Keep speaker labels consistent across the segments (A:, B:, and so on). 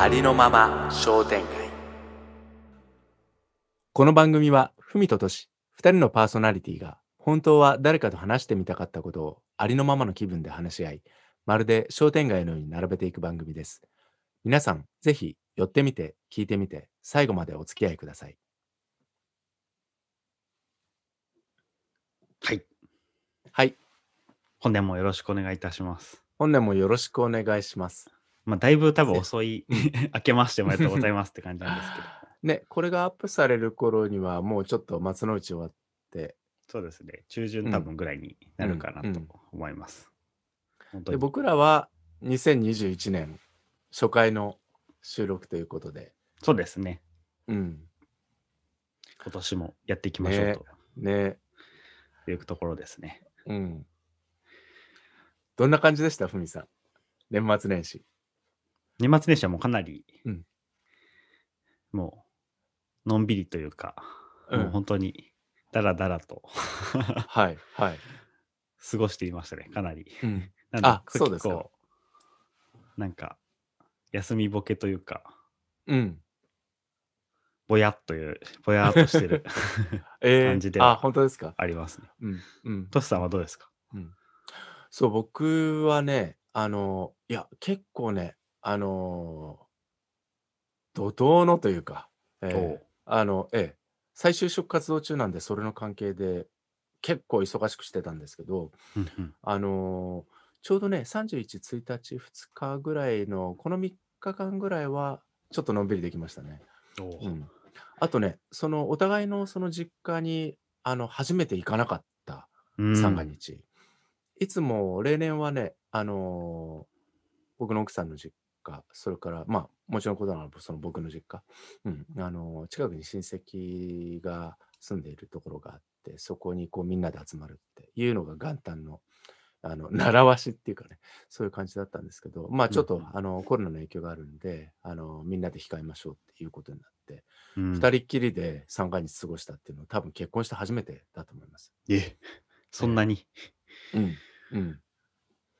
A: ありのまま商店街この番組は文ととし2人のパーソナリティが本当は誰かと話してみたかったことをありのままの気分で話し合いまるで商店街のように並べていく番組です皆さんぜひ寄ってみて聞いてみて最後までお付き合いください
B: はい。
A: はい
B: 本年もよろしくお願いいたします。
A: 本年もよろしくお願いします
B: まあ、だいぶ多分遅い、 明けましておめでとうございますって感じな んですけど。
A: ねこれがアップされる頃にはもうちょっと松の内終わって
B: そうですね。中旬多分ぐらいになるかなと思います。本当
A: で
B: に
A: 僕らは2021年初回の収録ということで、
B: そうですね。
A: うん、
B: 今年もやっていきましょう
A: ね、
B: というところですね。
A: うん。どんな感じでした、ふみさん。年末年始。
B: 年末年始はもうかなり、
A: うん
B: もう、のんびりというか、
A: うん
B: もう本当に、だらだらと
A: はい、はい。
B: 過ごしていましたね、かなり。
A: うん、
B: なん
A: あ
B: 結
A: そうですか
B: 構なんか、休みぼけというか、
A: うん。
B: ぼやっという、ぼやっとし てる、
A: えー
B: 感じでは
A: あ、本当ですか。
B: ありますね。
A: うん、うん。
B: トシさんはどうですか
A: そう、僕はね、あの、いや、結構ね、あの怒涛のというか、えー
B: おう
A: あの、ええ、再就職活動中なんで、それの関係で、結構忙しくしてたんですけど、
B: うんうん
A: あのーちょうどね、31、1日、2日ぐらいの、この3日間ぐらいは、ちょっとのんびりできましたね。
B: おう
A: うん、あとね、そのお互いのその実家に、あの、初めて行かなかった、
B: うん
A: 三が日。いつも、例年はね、あのー僕の奥さんの実家、それから、まあ、もちろんことなら、その僕の実家、うん、あのー近くに親戚が住んでいるところがあって、そこにこうみんなで集まるっていうのが元旦の、あの、 習わしっていうかね、そういう感じだったんですけど、まあ、ちょっと、
B: うんうん
A: あの、コロナの影響があるんで、あの、みんなで控えましょうっていうことになって、
B: うん
A: 二、人っきりで三が日過ごしたっていうのは、多分結婚して初めてだと思います。
B: え、そんなに
A: うん。うん。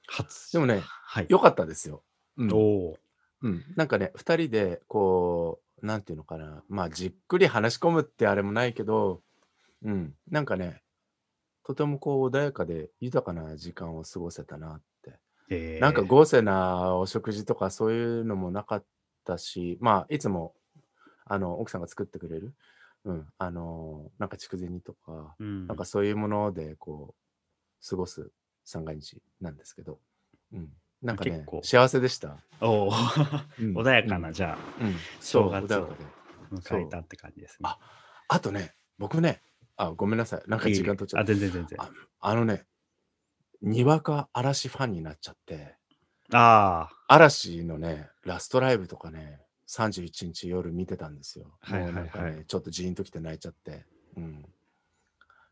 B: 初。
A: でもね
B: はい。
A: 良かったですよ。うん
B: おう
A: うんなんかね2人でこうなんていうのかなまあじっくり話し込むってあれもないけど、うん、なんかねとてもこう穏やかで豊かな時間を過ごせたなって、
B: えー
A: なんか豪勢なお食事とかそういうのもなかったしまあいつもあの奥さんが作ってくれる、うん、あのなんか筑前煮とか
B: うん
A: なんかそういうものでこう過ごす三が日なんですけど、うん、なんかね
B: 結構
A: 幸せでした。
B: おう
A: うん
B: 穏やかな、
A: うん
B: じゃあ、
A: うんそう
B: 正月
A: 穏や
B: を
A: かで
B: 迎えたって感じですね。
A: ああとね僕ねあごめんなさいなんか
B: いい
A: 時間取っちゃ
B: あ、
A: った
B: 全然全然。
A: あのねにわか嵐ファンになっちゃって
B: ああ、
A: 嵐のねラストライブとかね31日夜見てたんですよ
B: はいはいは
A: も
B: い
A: うなんかねちょっとジーンときて泣いちゃって、うん、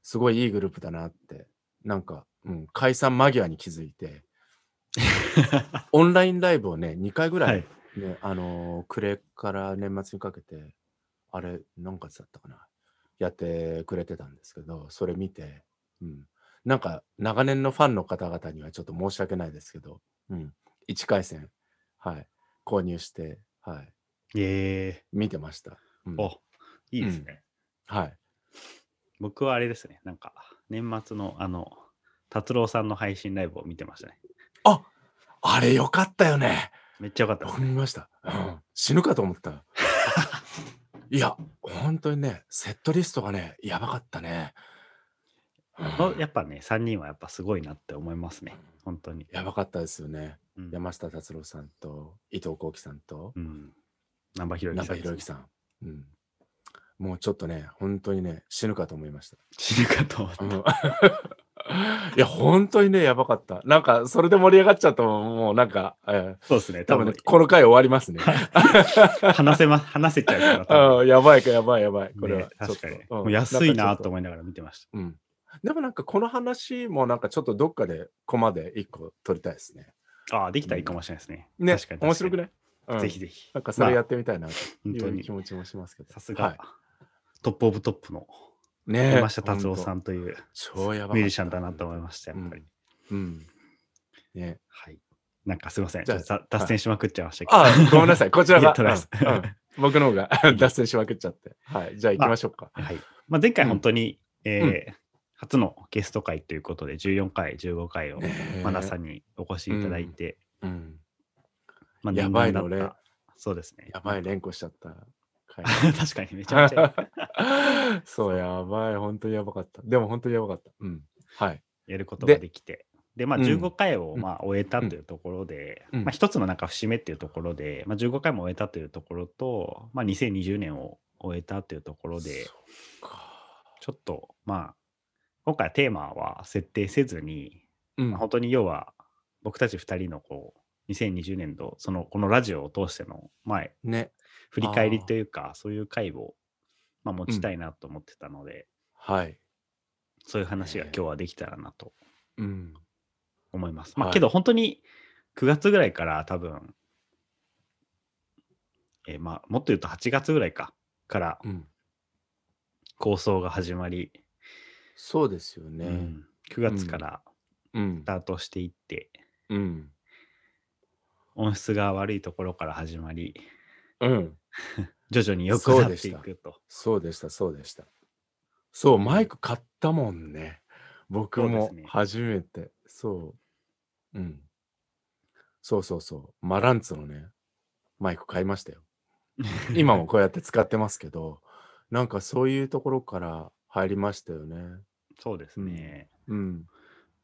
A: すごいいいグループだなってなんか、うん、解散間際に気づいてオンラインライブをね2回ぐら
B: はいい。
A: ね、あのー暮れから年末にかけて、あれ、何月だったかな、やってくれてたんですけど、それ見て、うん、なんか、長年のファンの方々にはちょっと申し訳ないですけど、うん、1回戦、はい、購入して、はい、
B: え
A: 見てました。うん
B: ー、お、いいですね。
A: はい。
B: 僕はあれですね、なんか、年末の、あの、達郎さんの配信ライブを見てましたね。
A: ああれ、よかったよね。
B: めっちゃ良かったです
A: 僕も見ました、うん。死ぬかと思った。いや、本当にね、セットリストがね、やばかったね。うん
B: あやっぱね、3人はやっぱすごいなって思いますね。本当に。
A: やばかったですよね。
B: うん、
A: 山下達郎さんと伊藤幸喜さんと
B: うん。難波博之さ
A: 中
B: ん
A: 井
B: です
A: 宏
B: ね。
A: 之さん。うんもうちょっとね、本当にね、死ぬかと思いました。
B: 死ぬかと思っ
A: う
B: た。
A: んいや、本当にね、やばかった。なんか、それで盛り上がっちゃうと、もうなんか、えー
B: そうですね。
A: 多
B: 多
A: 分ね
B: 分、、
A: この回終わり ますね。
B: 話せま、話せちゃうから多 分。
A: うんやばいか、やばい、やばい。これは
B: ね、確かに。
A: うん
B: もう安い
A: ん
B: な
A: かちょっ
B: と思いながら見てました。
A: うん。でもなんか、この話もなんか、ちょっとどっかで、コマで一個取りたいですね。
B: ああ、できたらいいかもしれないですね。
A: ね
B: 確か、に。
A: 面白く
B: ない、
A: ないうん
B: ぜひぜひ。
A: なんか、それや
B: まあ
A: ってみたいな。
B: 本
A: い
B: 当
A: う
B: に
A: 気。持ちもしますけど。
B: さす
A: は
B: が
A: い、
B: トップオブトップの
A: ねえ
B: 山下達郎さ
A: ん。
B: んという
A: 超やばかった
B: ミュージシャンだなと思いました、やっぱり。
A: うん。ね
B: はい。なんかすいません。
A: じ
B: ち
A: ゃ
B: ょ
A: あ
B: っとた脱線しまくっちゃいましたけど。
A: ああ、ごめんなさい。こちらが
B: いやとりあえず、
A: うんうん僕の方が脱線しまくっちゃって。はい。じゃあ行きましょうか。
B: はいまあ、前回
A: うん
B: 本当に、えー初のゲスト会ということで14回15回をマナさ
A: ね
B: んにお越しいただいて、
A: えうん
B: まあ
A: やばい
B: 念
A: の
B: 願だっ
A: ね
B: た。そうですね。
A: やばい、連呼しちゃった回。
B: 確かにめちゃめちゃ
A: そう、やばい。本当にやばかった。でも本当にやばかった。うん。はい。
B: やることが
A: で
B: できて。でまあ、
A: うん
B: 15回を
A: うん
B: まあ終えたというところで、
A: うん
B: まあ、一つのなんか節目っていうところで、まあ、15回も終えたというところと、まあ、2020年を終えたというところで
A: そ、っか
B: ちょっとまあ今回はテーマは設定せずに、
A: うん
B: まあ本当に要は僕たち2人のこう2020年度そのこのラジオを通しての前
A: ね。
B: 振り返りというかそういう回を、まあ、持ちたいなと思ってたので、
A: はい。
B: そういう話が
A: ええ
B: 今日はできたらなと
A: うん。
B: 思います。まあ、
A: はい
B: けど本当に9月ぐらいから多分、えーまあ、もっと言うと8月ぐらいかから
A: うん。
B: 構想が始まり、
A: そうですよね。
B: うん9月から
A: うん
B: ス。タートしていって、
A: うん。
B: 音質が悪いところから始まり
A: うん。
B: 徐々に良く
A: そう
B: なっ
A: でして
B: い
A: た
B: くと。
A: そうでした、そうでした。そう、マイク買ったもんね。僕
B: そうで
A: も
B: すね
A: 初めて。そう。うん。そうそうそう。マランツのね、マイク買いました よ。今もこうやって使ってますけど、なんかそういうところから入りましたよね。
B: そうですね。
A: うん。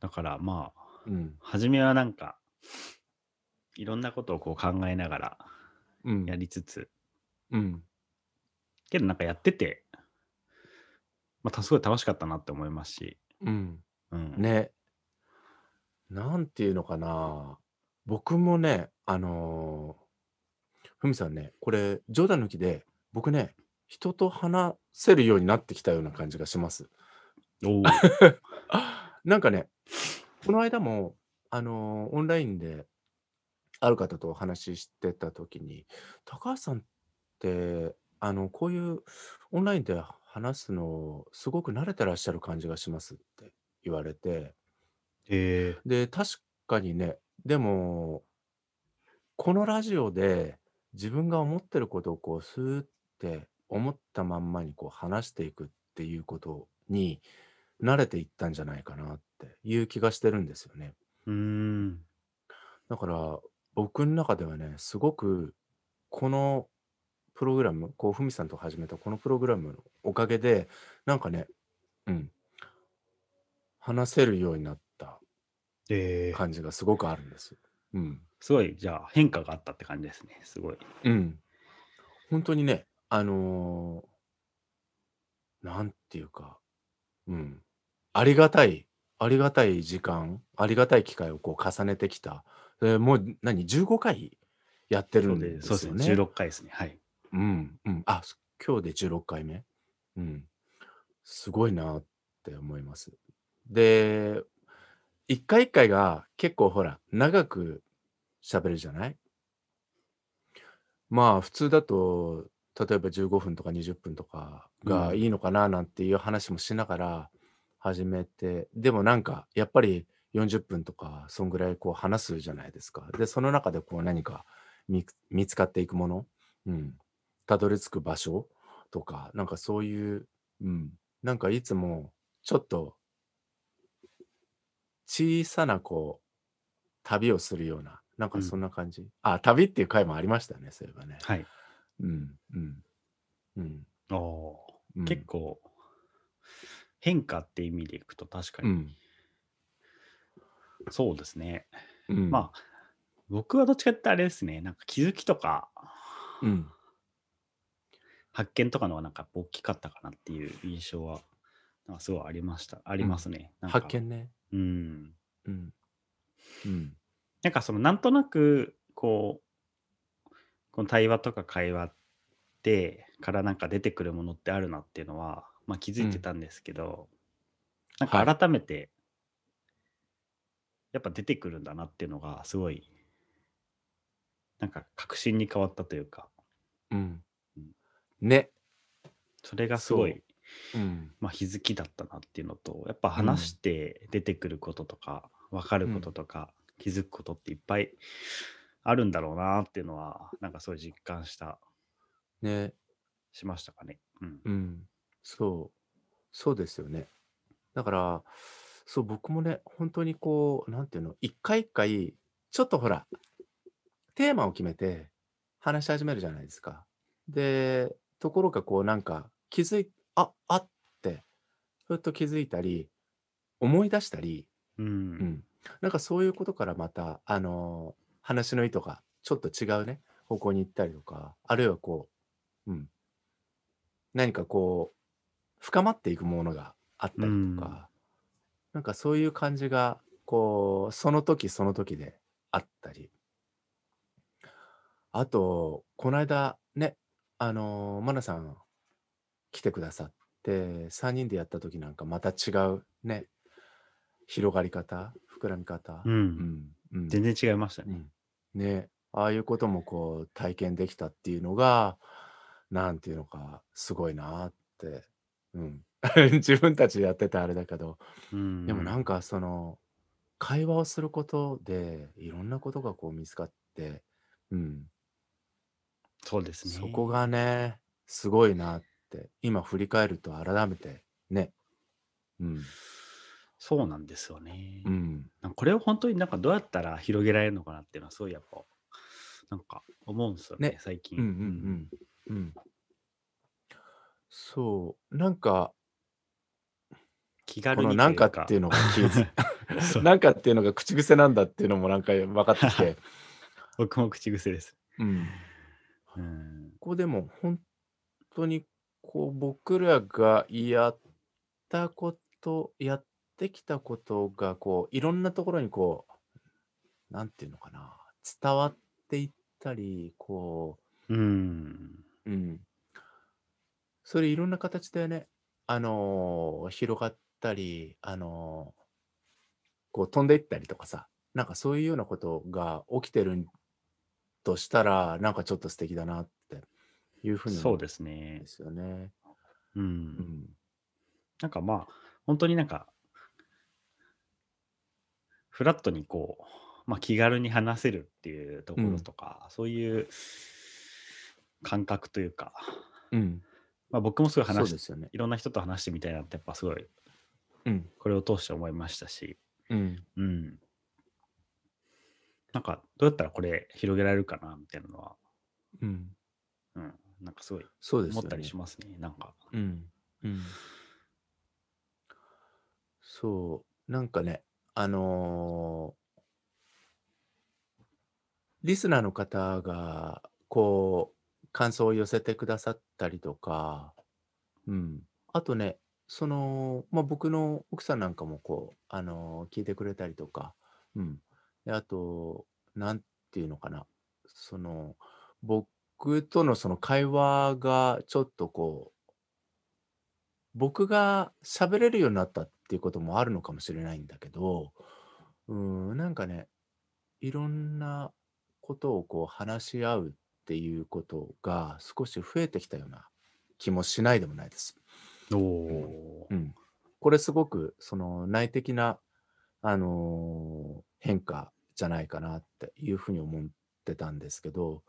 B: だからまあ、
A: うん。
B: 初めはなんか、いろんなことをこう考えながら
A: うん
B: や。りつつ、
A: うん。
B: けどなんかやってて、まあ、たすごい楽しかったなって思いますし、
A: うん。
B: うん。
A: ね。なんていうのかな。僕もね、あのーふみさんね、これ、冗談抜きで、僕ね、人と話せるようになってきたような感じがします。
B: おー
A: なんかね、この間も、あのーオンラインで、ある方とお話ししてた時に、高橋さんって、あの、こういうオンラインで話すの、すごく慣れてらっしゃる感じがしますって言われて、
B: え
A: で、確かにね、でも、このラジオで自分が思ってることをこう、スーって思ったまんまにこう話していくっていうことに慣れていったんじゃないかなっていう気がしてるんですよね。
B: ー、うーん。
A: だから、僕の中ではね、すごくこのプログラム、こう、ふみさんと始めたこのプログラムのおかげで、なんかね、うん、話せるようになった
B: えー、
A: 感じがすごくあるんです。うん。
B: すごい、じゃあ変化があったって感じですね。すごい。
A: うん。本当にね、あのーなんていうか、うん。ありがたい、ありがたい時間、ありがたい機会をこう重ねてきた。でもう何、15回やってる
B: そうん
A: で
B: でそうですす
A: よ
B: ね。
A: ね。
B: 16回ですね。はい。
A: うん、うん。あ、そ今日で16回目。うん。すごいなって思います。で、一回一回が結構ほら、長く喋るじゃないまあ、普通だと、例えば15分とか20分とかが
B: うん
A: いいのかななんていう話もしながら始めて、でもなんか、やっぱり40分とか、そんぐらいこう話すじゃないですか。で、その中でこう何か見見つかっていくもの、うん、たどり着く場所とか、なんかそういう、うん、なんかいつもちょっと小さなこう、旅をするような、なん
B: う
A: か
B: ん
A: そんな感じ。あ、旅っていう回もありましたね、そういえばね。
B: はい。
A: うん、うん、うん。
B: おー
A: うん
B: 結、構、変化って意味でいくと確か
A: う
B: に、
A: ん、
B: そうですね。
A: うん、
B: まあ、僕はどっちかってあれですね、なんか気づきとか、
A: うん、
B: 発見とかのはなんか大きかったかなっていう印象は、なんかすごいありました、ありますね。なんか
A: 発見ね。
B: うん。
A: うん、うん、
B: なんかその、なんとなく、こう、この対話とか会話って、からなんか出てくるものってあるなっていうのは、まあ気づいてたんですけど、なん
A: は
B: か
A: い
B: 改めて、やっぱ出てくるんだなっていうのが、すごい、なんか確信に変わったというか、
A: うん。ね。
B: それがすご
A: そ
B: い、
A: うん、
B: まあ、日付だったなっていうのとやっぱ話して出てくることとか分かることとか、気づくことっていっぱいあるんだろうなっていうのは、なんかそう実感した、
A: ね、
B: しましたかね。うん。
A: うん、そう、そうですよね。だから、そう、僕もね、本当にこう、なんていうの、一回一回、ちょっとほら、テーマを決めて話し始めるじゃないですか。で、ところがこう、なんか、気づい、あ、あって、ふっと気づいたり、思い出したり、
B: う。
A: うんん、なんかそういうことからまた、あのー話の意図がちょっと違うね方向に行ったりとかあるいはこう、うん、何かこう深まっていくものがあったりとか、
B: うん
A: なんかそういう感じがこうその時その時であったりあとこの間ねあのー、マナさん来てくださって3人でやった時なんかまた違うね広がり方膨らみ方、
B: うん
A: うんうん
B: 全然違いました
A: う
B: ね。
A: ん、ねああいうこともこう体験できたっていうのがなんていうのかすごいなって、うん、 自分たちでやってたあれだけど
B: うん。
A: でもなんんかその会話をすることでいろんなことがこう見つかって、うん、
B: そうですね。
A: そこがねすごいなって今振り返ると改めてねうん
B: そうなんですよね。
A: うん
B: なんかこれを本当になんかどうやったら広げられるのかなっていうのはすごいやっぱなんか思うんですよね
A: ね
B: 最近、
A: うんうんうんうんそうなんか
B: 気
A: こ
B: 軽に
A: の
B: と
A: なんかっていうのが気づ
B: そう
A: なんかっていうのが口癖なんだっていうのもなんか分かってき て、
B: 僕も口癖です
A: うん、
B: うん
A: ここでも本当にこう僕らがやったことやってきたことがこういろんなところにこうなんていうのかな伝わっていったりこ
B: うん
A: う、うん、それいろんな形でねあのー広がったりあのーこう飛んでいったりとかさなんかそういうようなことが起きてるんとしたらなんかちょっと素敵だなっていうふうに思
B: そううですね
A: ですよね。
B: うん、
A: うん。
B: なんかまあ本当になんかフラットにこう、まあ、気軽に話せるっていうところとか、そういう感覚というか、
A: うん。
B: まあ、僕もすごい
A: そう
B: 話
A: で
B: し
A: すよね。
B: いろんな人と話してみたいなってやっぱすごい
A: うん。
B: これを通して思いましたし、
A: うん。
B: うん。なんか、どうやったらこれ広げられるかなみたいなのは、
A: うん。
B: うん。なんかすごい
A: そうですよ
B: 思っ
A: ね。
B: たりしますね。なんか、
A: うん。うん。そう。なんかね、あのーリスナーの方が、こう、感想を寄せてくださったりとか、うん。あとね、その、まあ、僕の奥さんなんかも、こう、あのー聞いてくれたりとか、うん。であと、なんていうのかな、その、僕とのその会話がちょっとこう、僕が喋れるようになったっていうこともあるのかもしれないんだけど、うーん、なんかね、いろんなことをこう話し合うっていうことが少し増えてきたような気もしないでもないです。
B: おお
A: う、ん、これすごくその内的な、あのー変化じゃないかなっていうふうに思ってたんですけど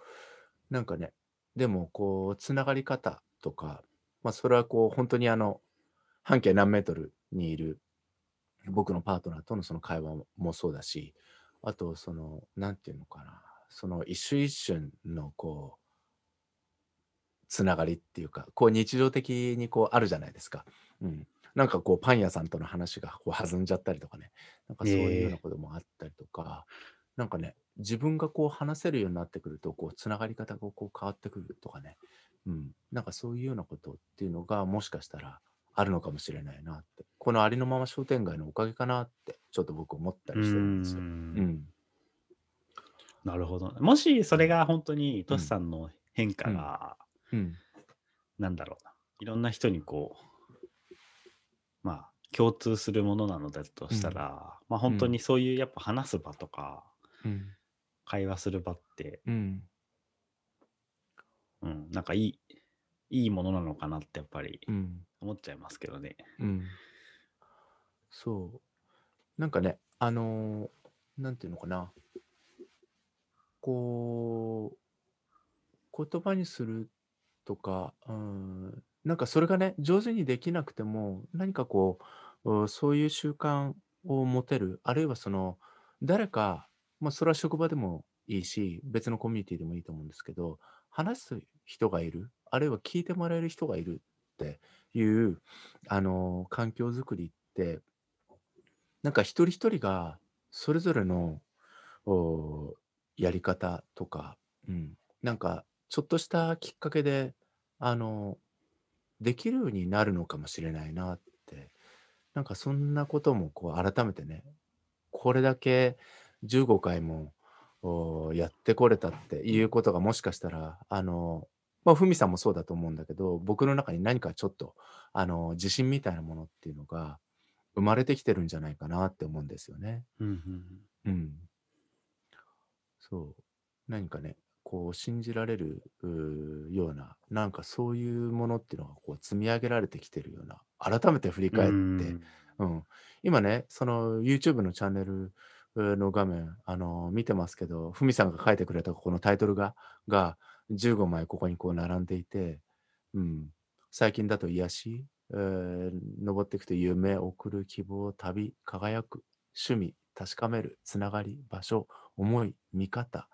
A: なんかねでもこうつながり方とか、まあ、それはこう本当にあの半径何メートルにいる僕のパートナーとのその会話もそうだしあとその何て言うのかなその一瞬一瞬のこうつながりっていうかこう日常的にこうあるじゃないですか。うん、なんかこうパン屋さんとの話がこう弾んじゃったりとかねなんかそういうよう
B: ね
A: な
B: え
A: こともあったりとか、なんかね自分がこう話せるようになってくるとこうつながり方がこう変わってくるとかね、うん、なんかそういうようなことっていうのがもしかしたらあるのかもしれないなってこのありのまま商店街のおかげかなってちょっと僕思った
B: う。
A: りしてるんですよ。うんん
B: なるほど。もし、それが本当に、トシさんの変化が、
A: うん
B: なんだろうな、いろんな人にこう、まあ、共通するものなのだとしたら、まあ、本当にそういう、やっぱ話す場とか、
A: うん
B: 会話する場って、
A: うん
B: うん、なんかいい、いいものなのかなって、やっぱり
A: うん
B: 思っちゃいますけどね。
A: うん、そうなんかねあのーなんていうのかな、こう、言葉にするとか、うん、なんかそれがね、上手にできなくても、何かこう、うんそういう習慣を持てる、あるいはその、誰か、まあ、それは職場でもいいし、別のコミュニティでもいいと思うんですけど、話す人がいる、あるいは聞いてもらえる人がいるっていう、あの、環境づくりって、なんか一人一人がそれぞれのおやり方とか、うん、なんかちょっとしたきっかけであのできるようになるのかもしれないなってなんかそんなこともこう改めてねこれだけ15回もおやってこれたっていうことがもしかしたらあのまあふみさんもそうだと思うんだけど僕の中に何かちょっとあの自信みたいなものっていうのが生まれてきてるんじゃないかなって思うんですよね。
B: うんうん
A: うん。そう。何かね、こう信じられるうーような、なんかそういうものっていうのがこう積み上げられてきてるような、改めて振り返っ
B: う
A: て、
B: ん
A: うん、今ね、その YouTube のチャンネルうーの画面、あの見てますけど、ふみさんが書いてくれたここのタイトルが、が15枚ここにこう並んでいて、うん、最近だと癒し、えー登っていくと夢、送る、希望、旅、輝く、趣味、確かめる、つながり、場所、思い、見方、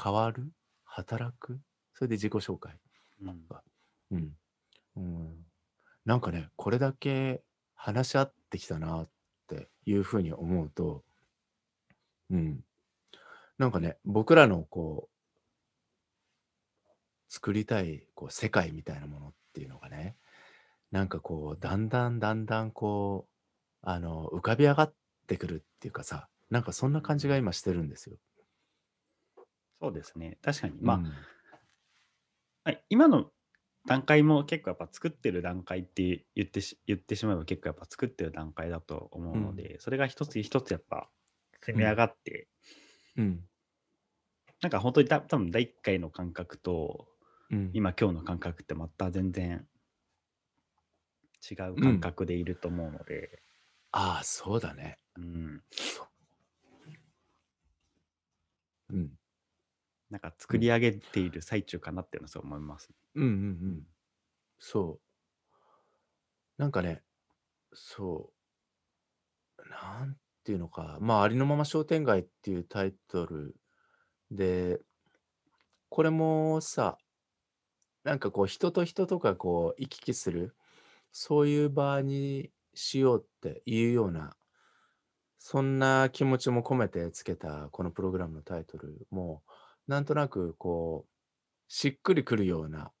A: 変わる、働く、それで自己紹介。
B: うん
A: うん。うん、なんかね、これだけ話し合ってきたなっていうふうに思うと、うん。なんかね、僕らのこう、作りたいこう世界みたいなものっていうのがね、なんかこう、だんだんだんだんこう、あの、浮かび上がってくるっていうかさ、なんかそんな感じが今してるんですよ。
B: そうですね確かにまあ、
A: うん
B: はい今の段階も結構やっぱ作ってる段階って言ってし言ってしまえば結構やっぱ作ってる段階だと思うので、それが一つ一つやっぱ積み上がって、
A: うん。
B: なんか本当にた多分第一回の感覚と
A: うん、
B: 今今日の感覚ってまた全然違う感覚でいると思うので、
A: ああ、そうだね。
B: うん
A: うん。
B: なんか作り上げている最中かなっていうのはそう思います。
A: うんうんうん。そう。なんかね、そう。なんていうのか、まあ、ありのまま商店街っていうタイトルで、これもさ、なんかこう、人と人とかこう、行き来する、そういう場にしようっていうような、そんな気持ちも込めてつけた、このプログラムのタイトルも、なんとなくこう、しっくりくるような、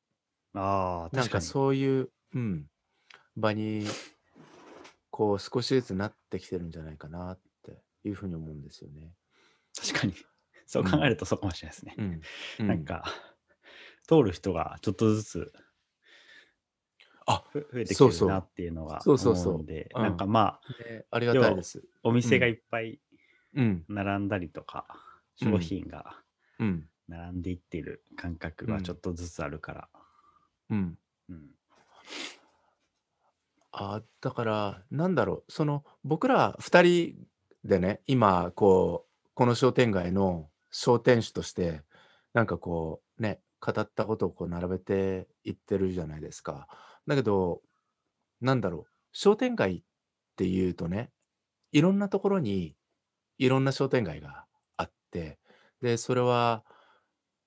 B: ああ、
A: なん
B: 確か
A: か
B: に。
A: そういう、うん、場にこう少しずつなってきてるんじゃないかなっていうふうに思うんですよね。
B: 確かに。そう考えるとそうかもしれないですね。
A: うん、
B: なんか、通る人がちょっとずつ、
A: あ
B: ふ増えてき
A: そう
B: て
A: そう
B: るなっていうのが
A: そ
B: 思
A: うそうそう
B: うんで、
A: うん
B: なんかまあ、
A: うんねありがたいです。
B: お店がいっぱい
A: うん
B: 並んだりとか、
A: うん
B: 商品が
A: うん
B: 並んでいってる感覚
A: う
B: が
A: ん
B: ちょっとずつあるから。
A: うん。
B: うん。
A: あだからなんだろうその僕ら2人でね今こうこの商店街の商店主としてなんかこうね語ったことをこう並べていってるじゃないですか。だけどなんだろう商店街っていうとねいろんなところにいろんな商店街があってでそれは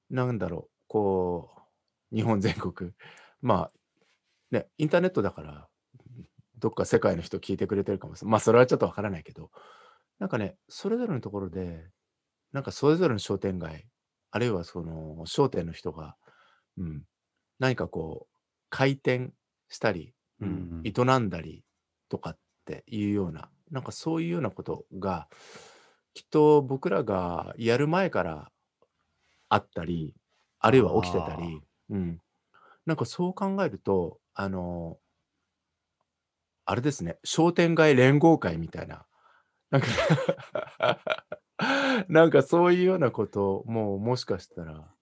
A: なんだろうこう日本全国 まあねインターネットだからどっか世界の人聞いてくれてるかもしれない。まあ、それはちょっとわからないけど、なんかね、それぞれのところで、なんかそれぞれの商店街、あるいはその商店の人が、うん、何かこう、開店したり、う
B: うん
A: ん、営んだりとかっていうような、なんかそういうようなことが、きっと僕らがやる前からあったり、あるいは起きてた
B: あ
A: り
B: ー、
A: うん、なんかそう考えると、あの、あれですね、商店街連合会みたいな、なんか、なんかそういうようなことも、もしかしたら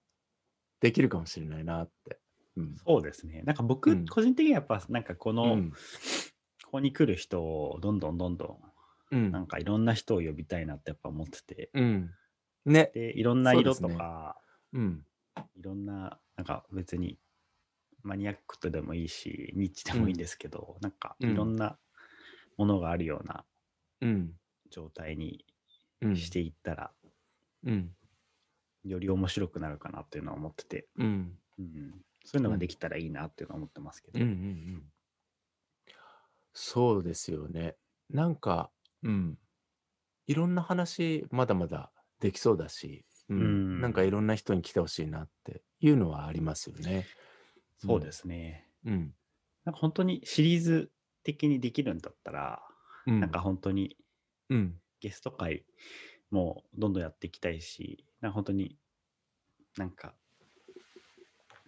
A: できるかもしれないなって。うん。
B: そうですね。なんか
A: う
B: 僕、
A: ん
B: 個人的にはやっぱ、なんかこ
A: う
B: の、
A: ん
B: ここに来る人をどんどんどんどん
A: う
B: なん
A: ん。
B: かいろんな人を呼びたいなってやっぱ思ってて、
A: うん。ね。
B: で、いろんな
A: そうで
B: 色
A: す
B: と
A: ね
B: か、
A: うん。
B: いろんな、なんか別にマニアックとでもいいし、ニッチでもいいんですけど、なんかいろんなものがあるような
A: うん。
B: 状態に
A: うん。
B: していったら、
A: うん。
B: より面白くなるかなっていうのは思ってて、
A: うん。
B: うん、そういうのができたらいいなっていうのは思ってますけ
A: う
B: ど。
A: んうんうん。そうですよね。なんか、うん。いろんな話、まだまだできそうだし、う。
B: うん
A: なんかいろんな人に来てほしいなっていうのはありますよね。
B: そうですね。
A: うん。
B: なんか本当にシリーズ的にできるんだったら、
A: うん。
B: なんか、本当に
A: うん。
B: ゲスト会もどんどんやっていきたいし、なんか本当になんか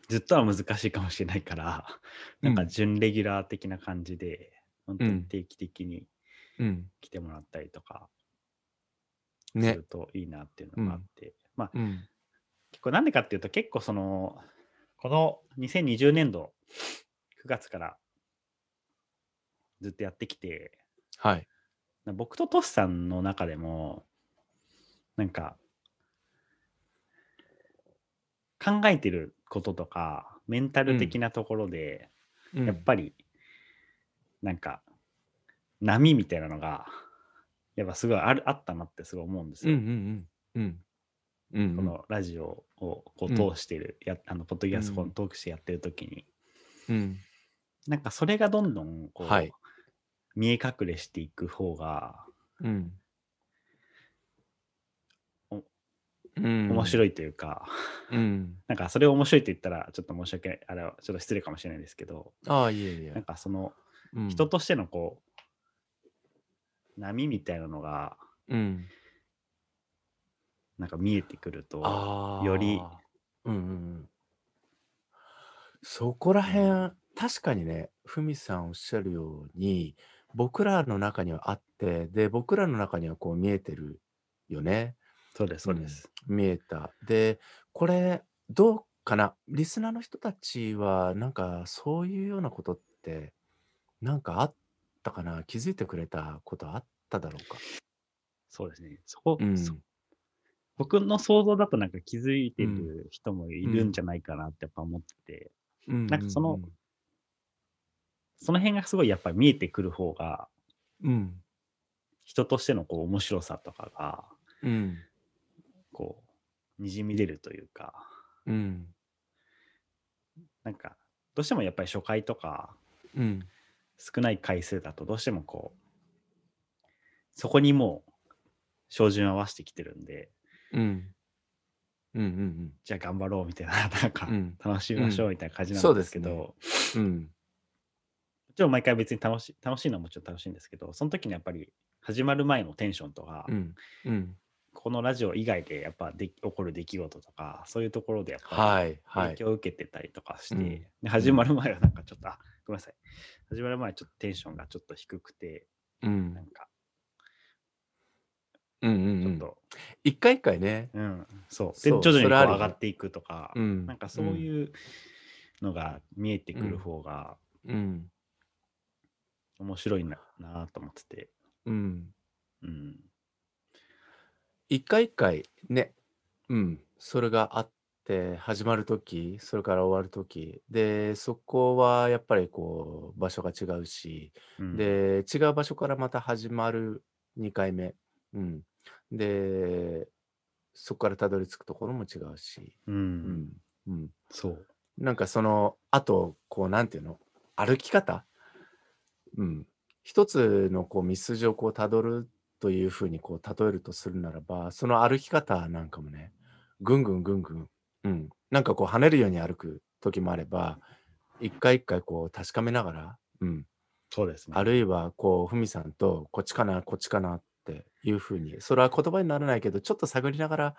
B: ずっとは難しいかもしれないから、なんか準レギュラー的な感じで、本当に定期的に
A: うん。
B: 来てもらったりとかす
A: ね
B: る。といいなっていうのがあって、まあ
A: うん。
B: 結構なんでかっていうと結構そのこの2020年度9月からずっとやってきて
A: はい。
B: な僕とトシさんの中でもなんか考えてることとかメンタル的なところで、
A: うん
B: やっぱりなんか波みたいなのがやっぱすごいあるあったなってすごい思うんです
A: うん
B: よ。
A: うんうんうん。うん
B: このラジオをこう
A: うん
B: 通してる、やあのポッドキャストをトークしてやってる時に、
A: うん。
B: なんかそれがどんどんこう、
A: はい
B: 見え隠れしていく方が
A: うん。
B: お
A: うん。
B: 面白
A: い。
B: いというか、
A: うん。
B: なんかそれを面白いって言ったらちょっと申し訳ないあれはちょっと失礼かもしれないですけど
A: ああ、いえい
B: なん
A: え。
B: かその
A: うん
B: 人。としてのこう、波みたいなのが
A: うん。
B: なんか見えてくると
A: ああ。
B: より。
A: うんうんうん。そこら辺、確かにね、ふみさんおっしゃるように、僕らの中にはあって、で、僕らの中にはこう見えてるよね。
B: そうですそうです、
A: 見えた。で、これ、どうかなリスナーの人たちは、なんか、そういうようなことって、なんかあったかな気づいてくれたことあっただろうか。
B: そうですねそこ、
A: うん。
B: そ僕の想像だとなんか気づいてる人もいるんじゃないかなってやっぱ思ってて、なんかその、その辺がすごいやっぱ見えてくる方が
A: うん。
B: 人としてのこう面白さとかが
A: うん。
B: こうにじみ出るというか
A: うん。
B: なんかどうしてもやっぱり初回とか
A: うん。
B: 少ない回数だとどうしてもこうそこにもう照準合わせてきてるんで
A: うん。うん。うん。
B: じゃあ頑張ろうみたいななんか
A: うん
B: 楽しみましょうみたいな感じな
A: そ
B: ん
A: う
B: で
A: ですす
B: け
A: ね
B: ど、
A: うん。
B: もちろん毎回別に楽し楽しいのはもちろん楽しいんですけどその時にやっぱり始まる前のテンションとか、
A: うん。うん。
B: このラジオ以外でやっぱで起こる出来事とかそういうところでやっぱり
A: はい。は
B: 影
A: い。
B: 響を受けてたりとかして、
A: うん
B: で始まる前はなんかちょっと、あごめんなさい始まる前はちょっとテンションがちょっと低くて
A: うん
B: なん。か
A: うん。うん。
B: ち
A: う
B: ょっ
A: ん
B: と、
A: 一回一回ね。
B: うんそうで
A: そう
B: 徐々に
A: そ
B: こ
A: れある
B: う
A: よ
B: 上
A: ね
B: がっていくとか、
A: うん。
B: なんかそういうのが見えてくる方が
A: うん。うん。
B: 面白いな,、なと思ってて、
A: うん。
B: うん、
A: 一回一回ね、うん、それがあって始まる時それから終わる時でそこはやっぱりこう場所が違うし、
B: うん、
A: で違う場所からまた始まる2回目、うん、でそこからたどり着くところも違うし、
B: うん、
A: うんうん、
B: そう
A: なんかそのあとこうなんていうの歩き方うん一つのこう道筋をこうたどるというふうにこう例えるとするならばその歩き方なんかもねぐんぐんぐんぐん、うん、なんかこう跳ねるように歩く時もあれば一回一回こう確かめながら、うん、
B: そうですね
A: あるいはこうふみさんとこっちかなこっちかなっていうふうにそれは言葉にならないけどちょっと探りながら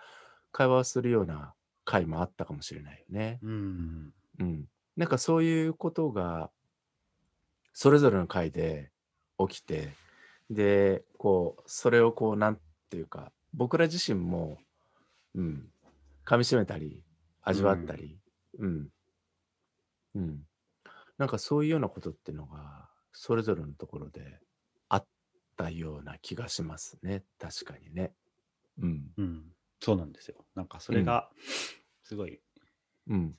A: 会話をするような回もあったかもしれないよね。
B: うん
A: うん、なんかそういうことがそれぞれの回で起きてでこうそれをこうなんていうか僕ら自身も、うん、噛みしめたり味わったり、うんうんなんかそういうようなことっていうのがそれぞれのところであっったような気がしますね。確かにね。うん。
B: うん、そうなんですよ。なんかそれが、すごい、
A: うん。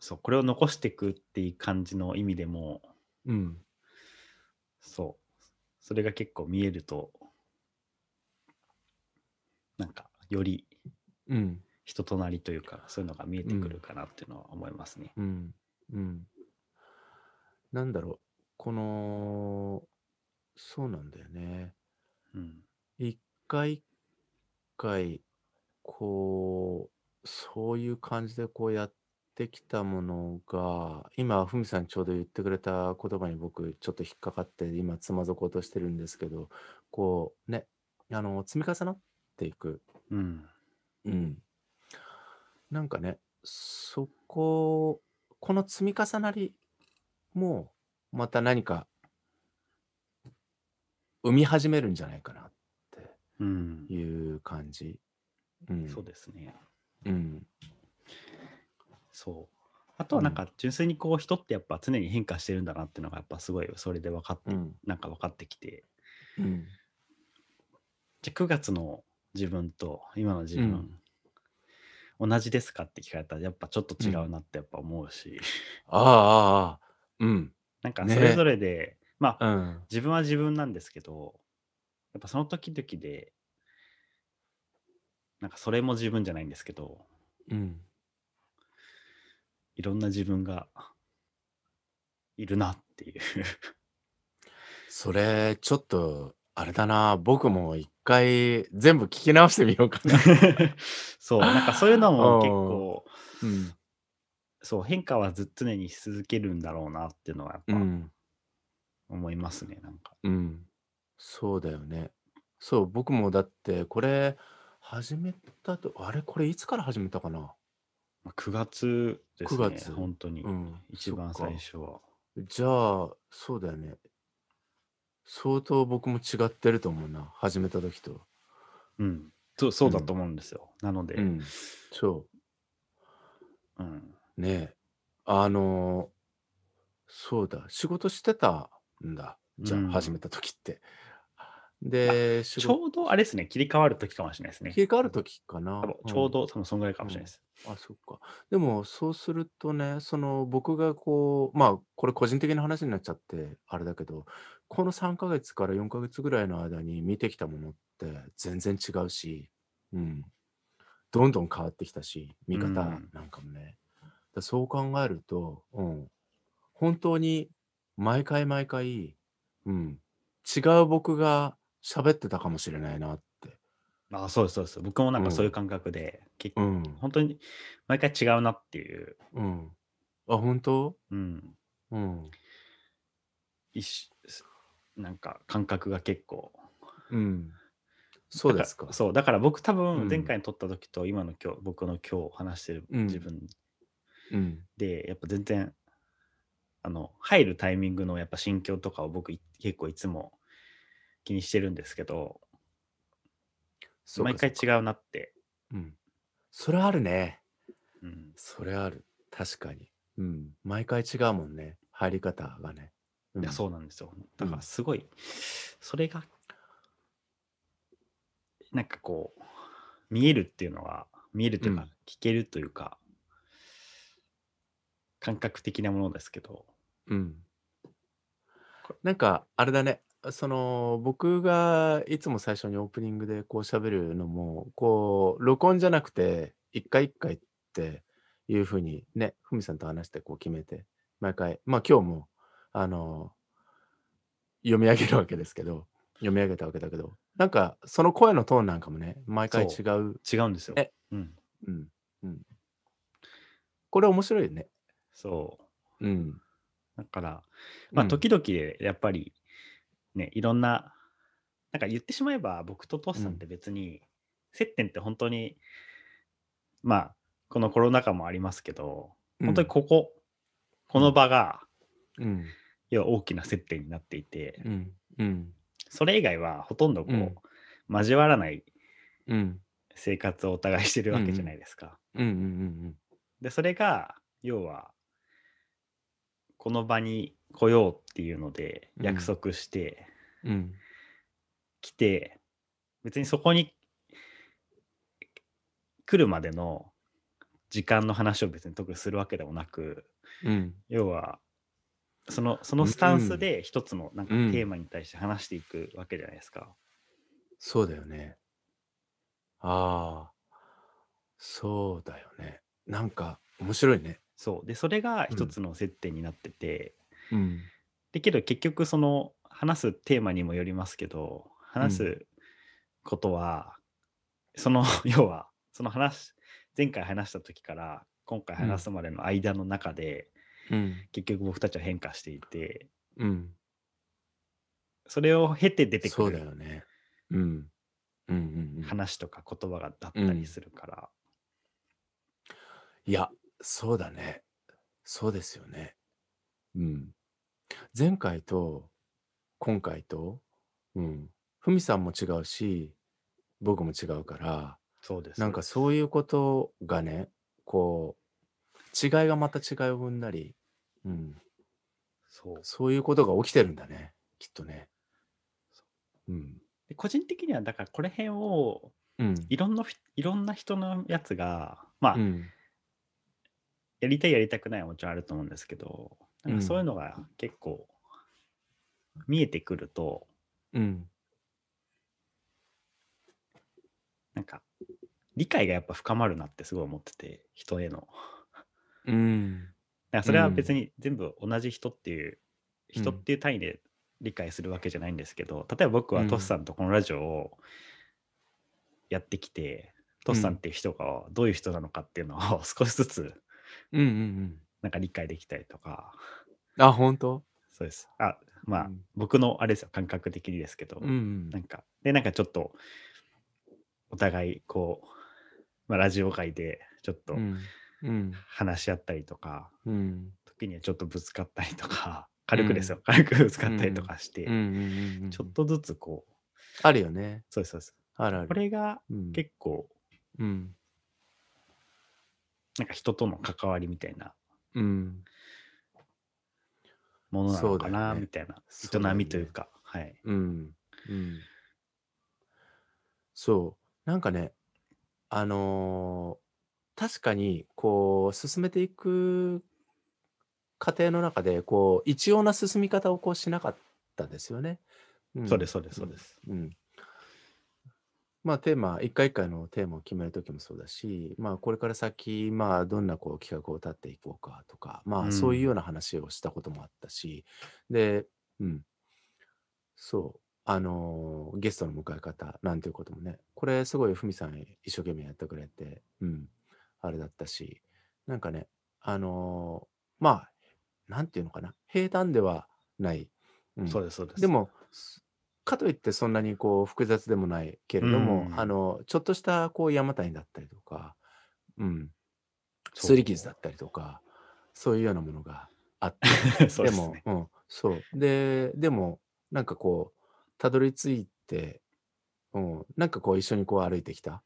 B: そう、これを残していくっていう感じの意味でも、
A: うん。
B: そう、それが結構見えると、なんか、より
A: うん。
B: 人となりというか、そういうのが見えてくるかなっていうのは思いますね。
A: うん。うん。なんだろう。この、そうなんだよね。
B: うん。
A: 一回一回、こう、そういう感じでこうやってきたものが、今、ふみさんちょうど言ってくれた言葉に僕、ちょっと引っかかって、今、つまずこうとしてるんですけど、こう、ね、あの、積み重なっていく。
B: うん。
A: うん。なんかね、そこ、この積み重なりも、また何か、生み始めるんじゃないかなって。
B: うん。
A: いう感じ。うん、
B: そうですね。
A: うん。
B: そう。あとはなんか純粋にこう人ってやっぱ常に変化してるんだなっていうのがやっぱすごいそれで分かって、
A: うん。
B: なんか分かってきて
A: うん。
B: じゃあ9月の自分と今の自分、同じですかって聞かれたらやっぱちょっと違うなってやっぱ思うし、
A: ああ、ああ、うん。
B: なんか
A: ね
B: それぞれで、まあ
A: うん。
B: 自分は自分なんですけどやっぱその時々でなんかそれも自分じゃないんですけど
A: うん。
B: いろんな自分がいるなっていう
A: それ、ちょっと、あれだな、僕も一回全部聞き直してみようかな。
B: そうなんかそういうのも
A: お
B: 結構
A: うん。
B: そう変化はずっと常にし続けるんだろうなっていうのはやっ
A: う
B: ぱ
A: ん。
B: 思いますね、なんか。
A: うん。そうだよね。そう、僕もだって、これ、始めたと、あれ、これいつから始めたかな。
B: まあ9月ですね、
A: 9月
B: 本当に、
A: うん。
B: 一番
A: そっか
B: 最初は。
A: じゃあ、そうだよね。相当僕も違ってると思うな、始めた時と。
B: うんそう、そうだと思うんですよ。なので、
A: う
B: うん
A: ん、そうねえあのそうだ仕事してたんだじゃあ、
B: うん
A: 始めた時ってで仕
B: ち
A: 事
B: ょうどあれですね、切り替わる時かもしれないですね。
A: 切り替わる時かな
B: 多分ちょうど、多分そんぐらいかもしれないです。
A: あそっかでもそうするとねその僕がこうまあこれ個人的な話になっちゃってあれだけどこの3ヶ月から4ヶ月ぐらいの間に見てきたものって全然違うし、うん、どんどん変わってきたし見方
B: うん
A: なんかもね、だそう考えると、うん、本当に毎回毎回、うん、違う僕が喋ってたかもしれないなって、
B: あそうです、そうです。僕もなんかそういう感覚で、結
A: う
B: 構、
A: ん
B: 本当に毎回違うなっていう、
A: うん、あ本当
B: うん、
A: うん
B: 一しなんか感覚が結構。
A: うん。そうです
B: だ
A: か。
B: らそう、だから僕多
A: う
B: 分
A: ん
B: 前回撮った時と今の今日、僕の今日話してる
A: うん
B: 自分
A: うん。
B: で、やっぱ全然、あの、入るタイミングのやっぱ心境とかを僕い結構いつも気にしてるんですけど、
A: そうか
B: 毎回違
A: そうか
B: うなって。
A: うん。それあるね。
B: うん、
A: それある。確かに。うん。毎回違うもんね。入り方がね。
B: いや、
A: うん。
B: そうなんですよ。だからすごい、それが、なんかこう、見えるっていうのは、見えるというか、
A: うん
B: 聞けるというか、感覚的なものですけど、
A: うん。なんか、あれだね。その、僕がいつも最初にオープニングでこう喋るのも、こう、録音じゃなくて、一回一回っていうふうにね、ふみさんと話してこう決めて、毎回、まあ今日も、あの、読み上げるわけですけど、読み上げたわけだけど、なんか、その声のトーンなんかもね、毎回違。
B: そう違うんですよ。
A: え
B: うん、
A: うん。うん。これ面白いよね。
B: そう。
A: うん。
B: だから、ま
A: う
B: あ、
A: ん
B: 時々でやっぱり、ね、いろんな、なんか言ってしまえば、僕とトシさんって別に、接点って本当に、まあ、このコロナ禍もありますけど、本当にここ、この場が、
A: うん。
B: 要は大きな接点になっていて、
A: うん。うん。
B: それ以外はほとんどこう、
A: うん
B: 交わらない
A: うん。
B: 生活をお互いしてるわけじゃないですか。
A: うん。うん。うん。
B: で、それが、要は、この場に来ようっていうので
A: うん
B: 約束して
A: うん。
B: 来て、別にそこに来るまでの時間の話を別に特にするわけでもなく
A: うん。
B: 要はそのそのスタンスで一つのなんかテ
A: うん
B: ーマに対して話していくわけじゃないですか。
A: そうだよね。ああ、そうだよね。なんか、面白いね。
B: そうでそれが
A: うん
B: 一つの接点になってて、
A: うん。
B: でけど結局その話すテーマにもよりますけど話すことは、その 要はその話前回話した時から今回話すまでの間の中で、
A: うん。
B: 結局僕たちは変化していて
A: うん。
B: それを経て出て
A: そ
B: く
A: うだ
B: る
A: よね。うん。うんうん、うん。
B: 話とか言葉がだったりするから、
A: いや、そうだね。そうですよね。うん。前回と、今回と、うん。ふみさんも違うし、僕も違うから、
B: そうです
A: なんかそういうことがね、こう、違いがまた違いを生んだり、うん、
B: そう
A: そういうことが起きてるんだね、きっとね。うん。
B: で個人的にはだからこれ辺を
A: うん。
B: いろんなひいろんな人のやつがまあ、
A: うん。
B: やりたいやりたくないはもちろんあると思うんですけどなんかそういうのが結構見えてくると
A: うん。
B: なんか理解がやっぱ深まるなってすごい思ってて人への
A: うん。
B: なんかそれは
A: うん
B: 別に全部同じ人っていう、人っていう単位で理解するわけじゃないんですけど例えば僕は
A: うん
B: トスさんとこのラジオをやってきて、トスさんっていう人がどういう人なのかっていうのを 少しずつ
A: うん。うん。
B: なんか理解できたりとか
A: あ、本当
B: そうですあまあ、
A: うん
B: 僕のあれですよ感覚的にですけど、
A: うん
B: なんか、で、なんかちょっと、お互い、こう、まあ、ラジオ界でちょっ
A: う
B: と
A: ん。うん。
B: 話し合ったりとか、
A: うん。
B: 時にはちょっとぶつかったりとか、軽くですよ、
A: う
B: 軽くぶつかったりとかして、
A: うん。うん。うん
B: ちょっ。とずつこう、
A: あるよね。
B: そうです、そうです。
A: あるある。
B: これが
A: うん、
B: 結構、
A: うん。
B: なんか人との関わりみたいな
A: うん。
B: ものなのか
A: そうだ
B: な、
A: よね
B: みたい
A: そうだ
B: な、
A: よ
B: 営
A: ね
B: みというか、はい。
A: うん。うん。そう。なんかね、あのー確かに、こう、進めていく過程の中で、こう、一様な進み方をこうしなかったですよね。ん
B: そうです、そうです、そうです。
A: うん。まあテーマ、一回一回のテーマを決めるときもそうだし、まあこれから先、まあどんなこう企画を立っていこうかとか、ま
B: う
A: あ
B: ん
A: そういうような話をしたこともあったし、で、うん。そう。あのーゲストの迎え方なんていうこともね、これすごいふみさん一生懸命やってくれて、うん、あれだったし、なんかね、あのーまあ、なんていうのかな、平坦ではない、うん、
B: そうです、そうです。
A: で、も、すかといってそんなにこう複雑でもないけれども、
B: うん
A: あのちょっとしたこう山谷だったりとか、うん、
B: そう
A: すり傷だったりとか、そういうようなものがあって、
B: そうです
A: も
B: ね。、
A: うん、そう。で、でも、なんかこう、たどり着いて、うん、なんかこう一緒にこう歩いてきた、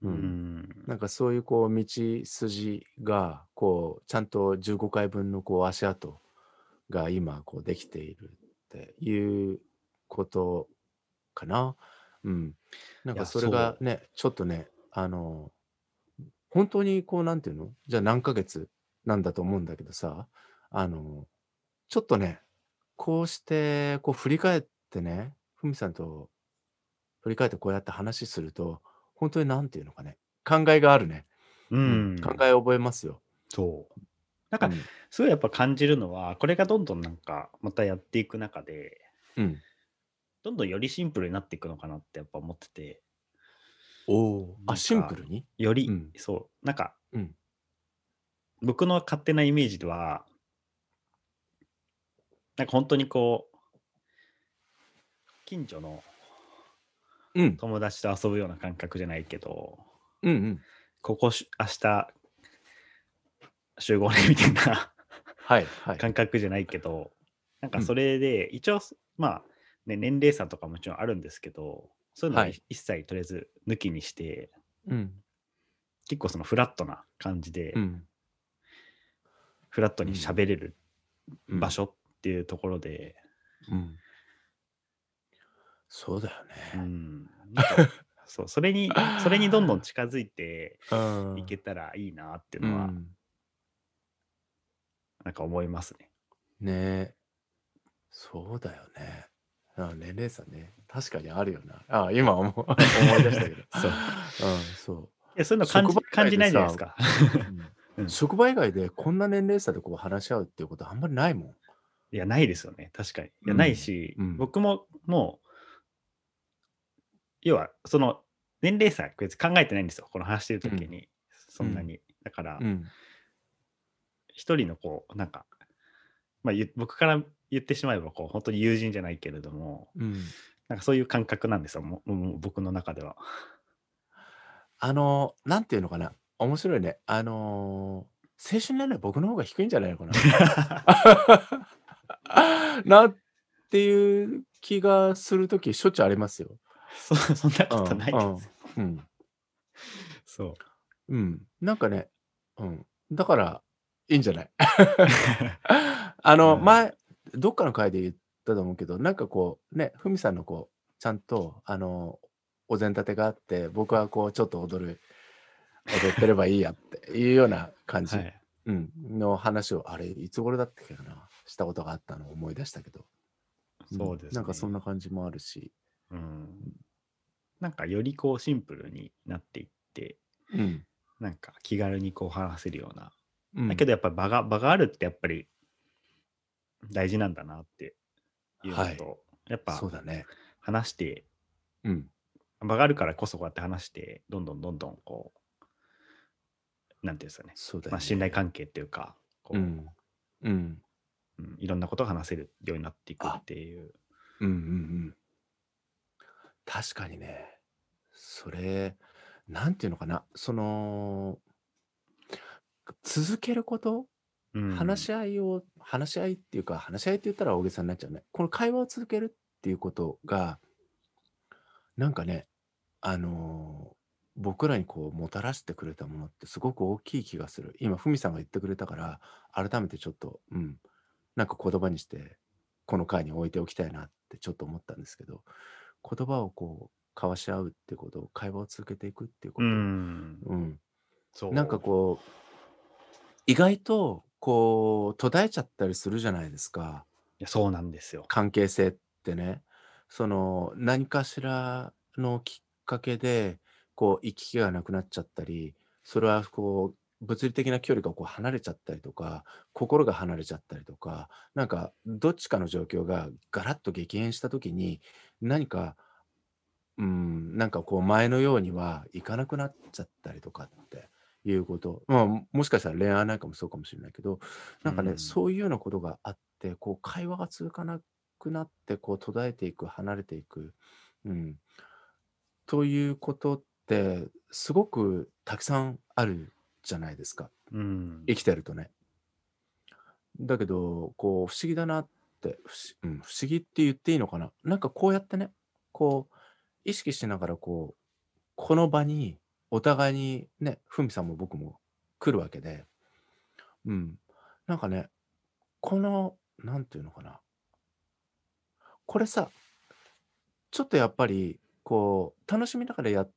B: う
A: うん
B: ん。
A: なんかそういうこう道筋がこうちゃんと15回分のこう足跡が今こうできているっていうことかな。うん。なん
B: いや
A: かそれがね、ちょっとね、あの、本当にこうなんていうのじゃあ何ヶ月なんだと思うんだけどさ、あの、ちょっとね、こうしてこう振り返ってね、ふみさんと振り返ってこうやって話すると、本当になんていうのかね、考えがあるね。
B: うん。
A: 考え覚えますよ。
B: そう。なんか、すごいやっぱ感じるのはこれがどんどんなんかまたやっていく中で
A: うん。うん、
B: どんどんよりシンプルになっていくのかなってやっぱ思ってて
A: おお
B: なんか
A: あ、シンプルに
B: より、
A: うん
B: そうなんか、
A: うん
B: 僕の勝手なイメージではなんか本当にこう近所の
A: うん。
B: 友達と遊ぶような感覚じゃないけど
A: うんうん。
B: ここし明日集合ねみたいな
A: はい。はい。
B: 感覚じゃないけど、なんか
A: うん
B: それで、一応、まあ、ね、年齢差とかもちろんあるんですけど、そういうのは
A: はい
B: 一切とりあえず抜きにして、
A: うん。
B: 結構そのフラットな感じで、
A: うん。
B: フラットに喋れる
A: うん
B: 場所っていうところで、
A: うん。そうだよ
B: う
A: ね。
B: ん、なんかそうそれにそれにどんどん近づいて
A: うん
B: いけたらいいなっていう
A: う
B: のは、
A: ん、
B: なんか思いますね。
A: ねえ。そうだよね。あ年齢差ね。確かにあるよな。あ今思う 思い出した けど。
B: そう
A: うん、そ
B: いやそういうの感じ
A: 職場以外で
B: 感じないじゃないですか。
A: う。 うん
B: うん
A: 職場以外でこんな年齢差でこう話し合うっていうことあんまりないもん。
B: いや、ないですよね。確かに。いや、
A: うん
B: ないし、
A: うん
B: 僕ももう、要は、その、年齢差、別に考えてないんですよ。この話してる時に、そんなに。だから、
A: うん。
B: 一人のこう、なんか、まあ、ゆ僕から言ってしまえば、こう、本当に友人じゃないけれども、
A: うん、
B: なんかそういう感覚なんですよ。もうもう僕の中では。
A: あの、なんていうのかな。面白いね。あのー青春年齢僕の方が低いんじゃないのかな。な っていう気がするときしょっちゅうありますよ。
B: そそんなことないです。
A: うん。
B: そ
A: う
B: う。
A: ん。なんかね、うん。だから、いいんじゃない あの、
B: うん
A: 前、どっかの回で言ったと思うけど、なんかこう、ね、ふみさんのこう、ちゃんと、あの、お膳立てがあって、僕はこう、ちょっと踊る、踊ってればいいやっていうような感じ、
B: はい。
A: うん、の話を、あれ、いつ頃だったっけかな、したことがあったのを思い出したけど、ん
B: そうです、ね。
A: なんかそんな感じもあるし、
B: うんなんかよりこうシンプルになっていって、
A: うん。
B: なんか気軽にこう話せるような。
A: うん
B: だけどやっぱり場が場があるってやっぱり大事なんだなっていうのと、
A: はい
B: やっぱ
A: そうだね。
B: 話して、
A: うん。
B: 場があるからこそこうやって話して、どんどんどんどんこう、なんていうんですかね、
A: そうだよね。
B: まあ、信頼関係っていうか、こう
A: うん。うん。
B: うんいろんなことを話せるようになっていくっていう。
A: うんうんうん。確かにね、それ、なんていうのかな、その、続けること、
B: うん
A: 話し合いを、話し合いっていうか、話し合いって言ったら大げさになっちゃうね。この会話を続けるっていうことが、なんかね、あのー僕らにこう、もたらしてくれたものってすごく大きい気がする。今、ふみさんが言ってくれたから、改めてちょっと、うん、なんか言葉にして、この回に置いておきたいなってちょっと思ったんですけど、言葉をこう、交わし合うってこと、会話を続けていくっていうこ
B: う
A: と、
B: ん。
A: うん、
B: そう。
A: なんかこう意外とこう途絶えちゃったりするじゃないですか
B: いやそうなんですよ。
A: 関係性ってねその何かしらのきっかけでこう行き来がなくなっちゃったりそれはこう物理的な距離がこう離れちゃったりとか心が離れちゃったりとかなんかどっちかの状況がガラッと激変した時に何かうんなんかこう前のようにはいかなくなっちゃったりとかっていうこと、まあ、もしかしたら恋愛なんかもそうかもしれないけどなんかね、
B: うん
A: そういうようなことがあってこう会話が続かなくなってこう途絶えていく離れていく、うん、ということってすごくたくさんあるじゃないですか。
B: うん。
A: 生きてるとね。だけど、こう、不思議だなって、不思,、うん、不思議って言っていいのかな。なんかこうやってね、こう、意識しながら、こう、この場に、お互いにね、ふみさんも僕も来るわけで、うん。なんかね、この、なんていうのかな。これさ、ちょっとやっぱり、こう、楽しみながらやっ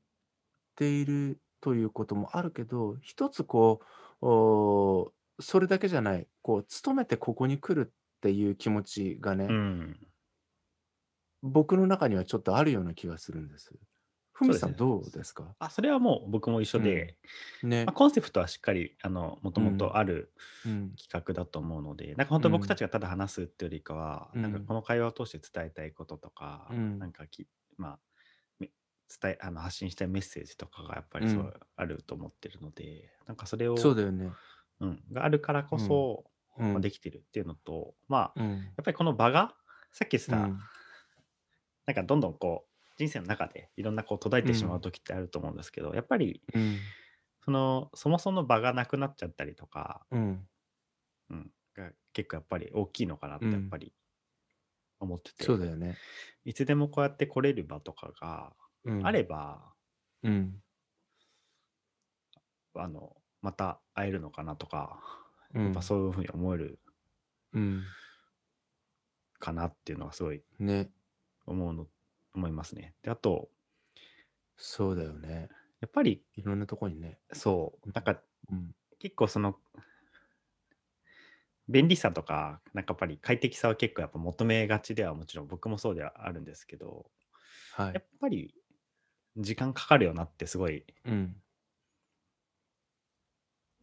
A: ているということもあるけど、一つこう、おーそれだけじゃないこう勤めてここに来るっていう気持ちがね、
B: うん。
A: 僕の中にはちょっとあるような気がするんです。ふみさん
B: そう
A: ど
B: ですね
A: うですか
B: あそれはもう僕も一緒で、
A: ね
B: まあ、。コンセプトはしっかりもとも
A: うん
B: とある
A: うん
B: 企画だと思うので、なんか本当
A: うん
B: 僕たちがただ話すっていうよりかは、
A: うん
B: なんかこの会話を通して伝えたいこととか、
A: うん
B: なんかき、まあ、め伝えあの発信したいメッセージとかがやっぱりそううんあると思ってるので、なんかそれを
A: そうだよね。
B: うん、があるからこそ、
A: う
B: まあ、
A: ん
B: できてるっていうのと、まあ、
A: うん
B: やっぱりこの場がさっき言っ
A: う
B: てた、
A: ん
B: なんかどんどんこう人生の中でいろんなこう途絶えてしまう時ってあると思うんですけど、やっぱり
A: うん
B: そのそもそも場がなくなっちゃったりとか、
A: うん
B: うん、が結構やっぱり大きいのかなって
A: う
B: や
A: ん
B: っぱり思ってて、
A: そうだよね。
B: いつでもこうやって来れる場とかが
A: うん
B: あれば、
A: うん
B: あのまた会えるのかなとか、
A: うん
B: やっぱそういうふうに思える
A: うん。
B: かなっていうのはすごい
A: ね。
B: 思うの思いますね。であと
A: そうだよね。
B: やっぱり
A: いろんなとこにね。
B: そうなんか
A: うん。
B: 結構その便利さとかなんかやっぱり快適さは結構やっぱ求めがちではもちろん僕もそうではあるんですけど
A: は
B: や
A: い
B: っ。ぱり時間かかるよなってすごい
A: うん。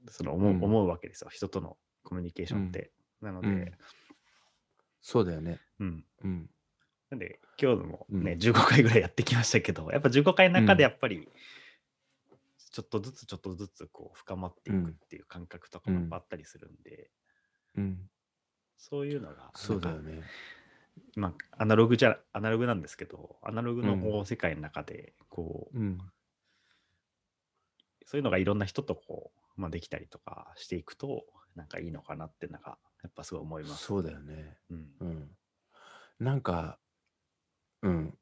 B: その思う,、
A: うん
B: 思うわけですよ人とのコミュニケーションって。なので、
A: うんそうだよね。
B: うん、
A: うん。
B: なんで今日もね、
A: うん
B: 15回ぐらいやってきましたけどやっぱ15回の中で
A: う
B: やっぱり、ちょっとずつちょっとずつこう深まっていくっていう感覚とかもやっぱあったりするんで、
A: うん。
B: そういうのが
A: そうだ
B: な
A: よ
B: んか
A: ね。
B: まあアナログじゃアナログなんですけどアナログ
A: う
B: の
A: ん
B: こう世界の中でこう、
A: うん。
B: そういうのがいろんな人とこう、まあ、できたりとかしていくとなんかいいのかなってなんかやっぱすごい思います。
A: そうだよね。
B: うん
A: うん。なんか、うん。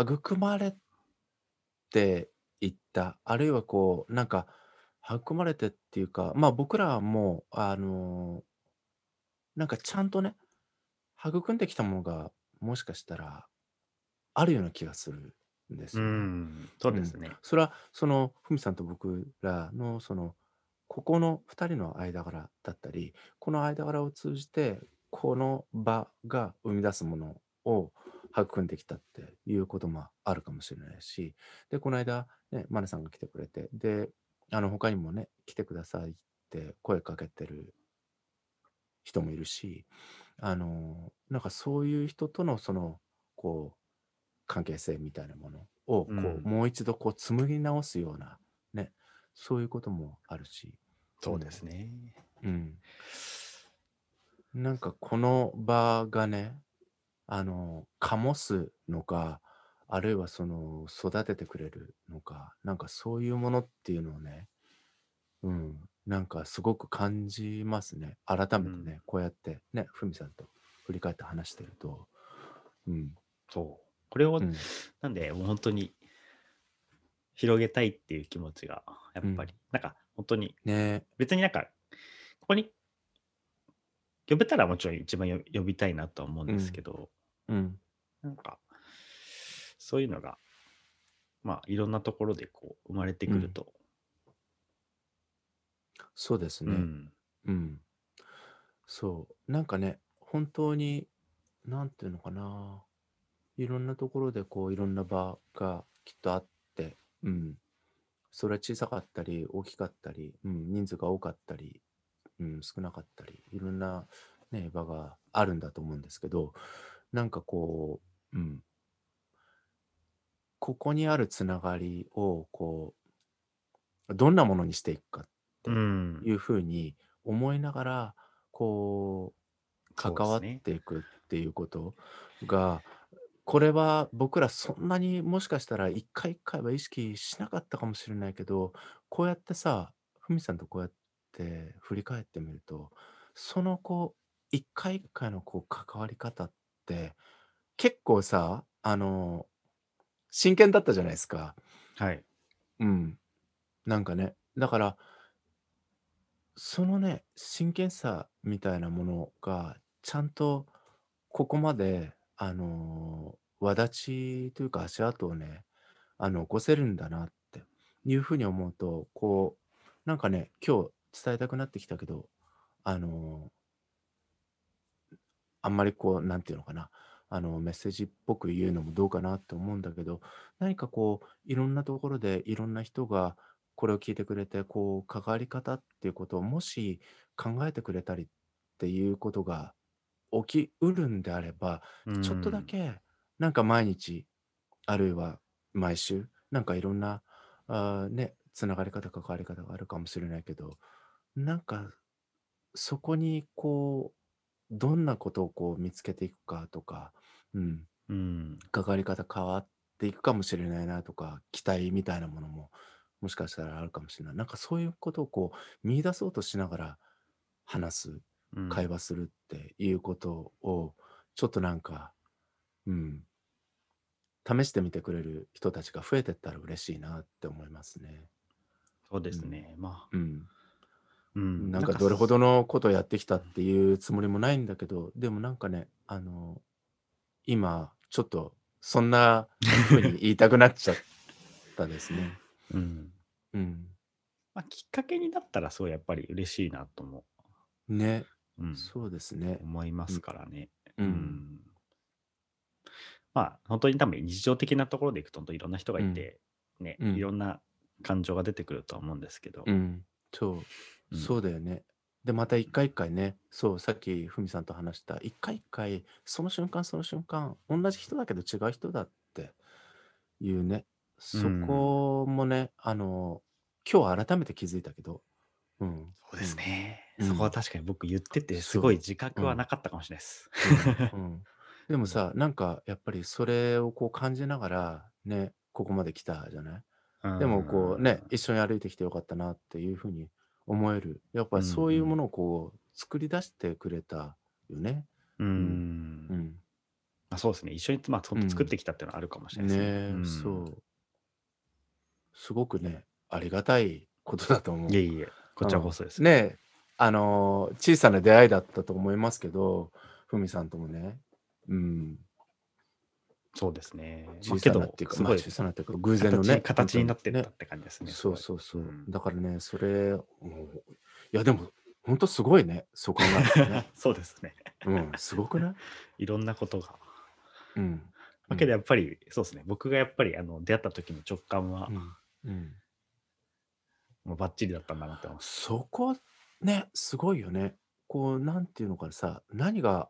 A: 育まれていった、あるいはこう、なんか、育まれてっていうか、まあ僕らはもう、あのーなんかちゃんとね、育んできたものが、もしかしたら、あるような気がするんです
B: う
A: よね。
B: ん、そうですね。
A: それはそのふみさんと僕らのそのここの2人の間柄だったりこの間柄を通じてこの場が生み出すものを育んできたっていうこともあるかもしれないしでこの間、ね、マネさんが来てくれてであの他にもね来てくださいって声かけてる人もいるしあのなんかそういう人とのそのこう関係性みたいなものをこう、
B: うん
A: もう一度こう紡ぎ直すようなねそういうこともあるし、
B: そうですね。
A: うん、なんかこの場がねあの醸すのかあるいはその育ててくれるのかなんかそういうものっていうのをねうんなんかすごく感じますね改めてね、こうやってねふみさんと振り返って話してるとうん、
B: そう。これを、
A: うん
B: なんでもう本当に広げたいっていう気持ちがやっぱり、
A: う
B: なんか本当に
A: ね
B: 別になんかここに呼べたらもちろん一番よ呼びたいなとは思うんですけど、
A: うん
B: なんか、そういうのが、まあ、いろんなところでこう、生まれてくると。
A: そうです
B: う
A: ね、
B: ん。
A: うん。そう。なんかね、本当に、なんていうのかな。いろんなところでこう、いろんな場がきっとあって、うん。それは小さかったり、大きかったり、うん、人数が多かったり、うん、少なかったり、いろんな、ね、場があるんだと思うんですけど、なんかこう、うん。ここにあるつながりを、こう、どんなものにしていくか
B: う。
A: うんいうふうに思いながらこう
B: そう
A: 関
B: ですね
A: わっていくっていうことが、これは僕らそんなにもしかしたら一回一回は意識しなかったかもしれないけどこうやってさふみさんとこうやって振り返ってみるとそのこう一回一回のこう関わり方って結構さあの真剣だったじゃないですか。
B: はい。
A: うん。なんかね、だから、そのね、真剣さみたいなものが、ちゃんとここまで、あのー、わだちというか足跡をね、あの、起こせるんだなっていうふうに思うと、こう、なんかね、今日伝えたくなってきたけど、あのー、あんまりこう、なんていうのかな、あの、メッセージっぽく言うのもどうかなって思うんだけど、何かこういろんなところでいろんな人がこれを聞いてくれてこう関わり方っていうことをもし考えてくれたりっていうことが起きうるんであればちょっとだけなんか毎日あるいは毎週なんかいろんなあーねつながり方関わり方があるかもしれないけどなんかそこにこうどんなことをこう見つけていくかとか、うん、
B: うん。うん。
A: 関わり方変わっていくかもしれないなとか期待みたいなものももしかしたらあるかもしれないなんかそういうことをこう見出そうとしながら話す
B: うん
A: 会話するっていうことをちょっとなんかうん試してみてくれる人たちが増えてったら嬉しいなって思いますね。
B: そうですね。まあ、
A: うん。
B: うん
A: なんかどれほどのことをやってきたっていうつもりもないんだけど、でもなんかね、あの、今、ちょっと、そんなふうに言いたくなっちゃったですね。
B: うん
A: うん。
B: まあ、きっかけになったらそうやっぱり嬉しいなとも、
A: ね、
B: うん、
A: そうですね。
B: 思いますからね。
A: う。
B: うんんまあ本当に多分日常的なところでいくと本当いろんな人がいて、ね、
A: うん
B: いろんな感情が出てくるとは思うんですけど、
A: うん。そうう、
B: ん
A: そうだよね。で、また一回一回ね、そう、さっきふみさんと話した、一回一回、その瞬間その瞬間、同じ人だけど違う人だっていうね、そこもね、あの、今日改めて気づいたけど、 うん。
B: そうですね、
A: うん
B: そこは確かに僕言って
A: そう
B: てすごい自覚はなかったかもしれないです。
A: うんうんでもさ、なんかやっぱりそれをこう感じながら、ね、ここまで来たじゃないでもこうね、一緒に歩いてきてよかったなっていうふうに思える。やっぱりそういうものをこう作り出してくれたよね。
B: うん、
A: う
B: ま
A: ん。
B: あ、そうですね一緒に、まあ、ほん
A: うん
B: と作ってきたっていうのはあるかもしれない
A: ね
B: です
A: え、
B: ん
A: そう。すごくね、ありがたいことだと思う。
B: いえいえこちらこそです、
A: ねえあのー小さな出会いだったと思いますけど、ふみさんともね。うん。
B: そうですね、ま
A: 小
B: あ、け
A: さなっ
B: ど
A: ていうか、
B: す
A: まあ
B: ごい
A: 小さなっていうか、偶然のね。
B: 形形になってった
A: ね
B: って感じですね
A: そう
B: う
A: そうそう。
B: ん。
A: だからね、それ、もういやでも、ほんとすごいね、そう考えたらね
B: そうですね
A: うん、すごくない
B: いろんなことが
A: うん。
B: だけどやっぱり、そうですね僕がやっぱりあの出会った時の直感は、
A: うん、うん。
B: もうバッチリだったんだなって思います
A: そこ、ね、すごいよね。こう、なんていうのかさ、何が、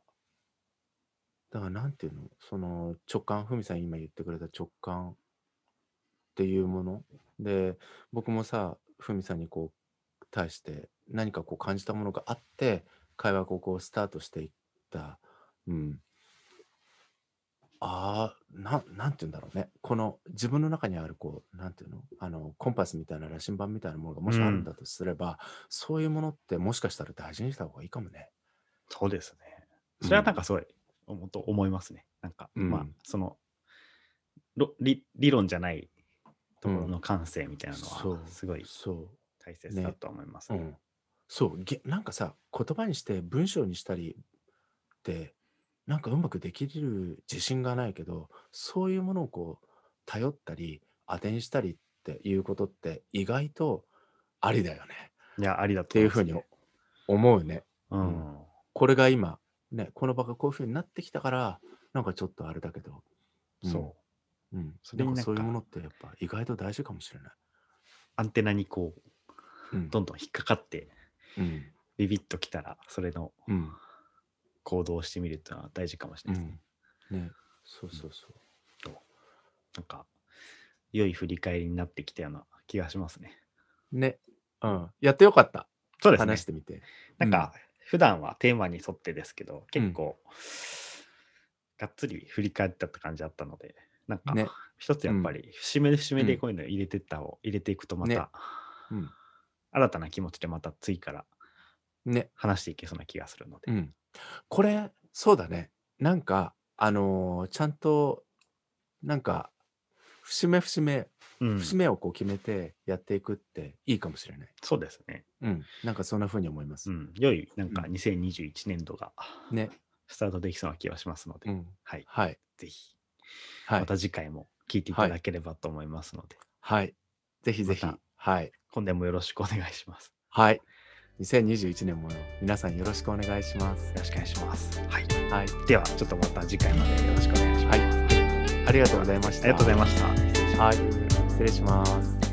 A: だからなんていうの、その直感、ふみさん今言ってくれた直感っていうもの。で、僕もさ、ふみさんにこう、対して何かこう感じたものがあって、会話がこうスタートしていった。うん。ああ、ななんて言うんだろうね。この自分の中にある、こう、なんていうのあの、コンパスみたいな羅針盤みたいなものがもしあるんだとすれば、そういうものってもしかしたら大事にした方がいいかもね。
B: そうですねそれはなんかすごい、本当思いますねなんか、
A: うん
B: まあそのろ理理論じゃないところの感性みたいなの
A: うんそ
B: は
A: う
B: すごい
A: そ
B: 大切だとは思います
A: う。う
B: ね、
A: ん。そう。げなんかさ、言葉にして文章にしたりって、なんかうまくできる自信がないけど、そういうものをこう、頼ったり、当てにしたりっていうことって意外とありだよね。
B: いやありだ
A: っ
B: と
A: て
B: 思
A: い
B: い
A: ふう
B: うますね
A: に思うね。
B: う、
A: うんこれが今、ね、この場がこういうふうになってきたから、なんかちょっとあれだけど、うん
B: そう
A: うん。
B: そ
A: で
B: れに
A: も
B: なん
A: そういう
B: か
A: ものってやっぱ意外と大事かもしれない。
B: アンテナにこう
A: うん。
B: どんどん引っかかって
A: うん。
B: ビビッときたらそれの
A: うん。
B: 行動をしてみるっていうのは大事かもしれないですね、
A: うん、ねそうそうそう。
B: なんか良い振り返りになってきたような気がしますね
A: ね、うん、やってよかった。
B: そうですね
A: 話してみて。
B: なんか、普段はテーマに沿ってですけど、結構、がっつり振り返ったって感じだったので、なんか、
A: ね
B: 一つやっぱり、節目で節目で
A: うん
B: こういうの入れてったを入れていくと、また、
A: ねうん、
B: 新たな気持ちでまた次から
A: ね、
B: 話していけそうな気がするので。
A: うん。これ、そうだね。なんか、あのーちゃんと、なんか、節目節目、
B: うん
A: 節目をこう決めてやっていくっていいかもしれない。
B: そうですね。
A: うん、なんかそんな風に思います
B: う。ん。良い、なんか
A: う
B: 2021年度が、
A: ね、
B: スタートできそうな気がしますので、
A: うん、
B: はい。
A: はい、
B: ぜひ、
A: はい、
B: また次回も聞いていただければと思いますので、
A: はい。ぜひぜひ、
B: また
A: はい、
B: 今年もよろしくお願いします。
A: はい。2021年も皆さんよろしくお願いします
B: よ。ろしくお願いします。はい。
A: はい、
B: では、ちょっとまた次回までよろしくお願いします。
A: はいありがとうございました。
B: ありがとうございました。
A: はい、失礼します。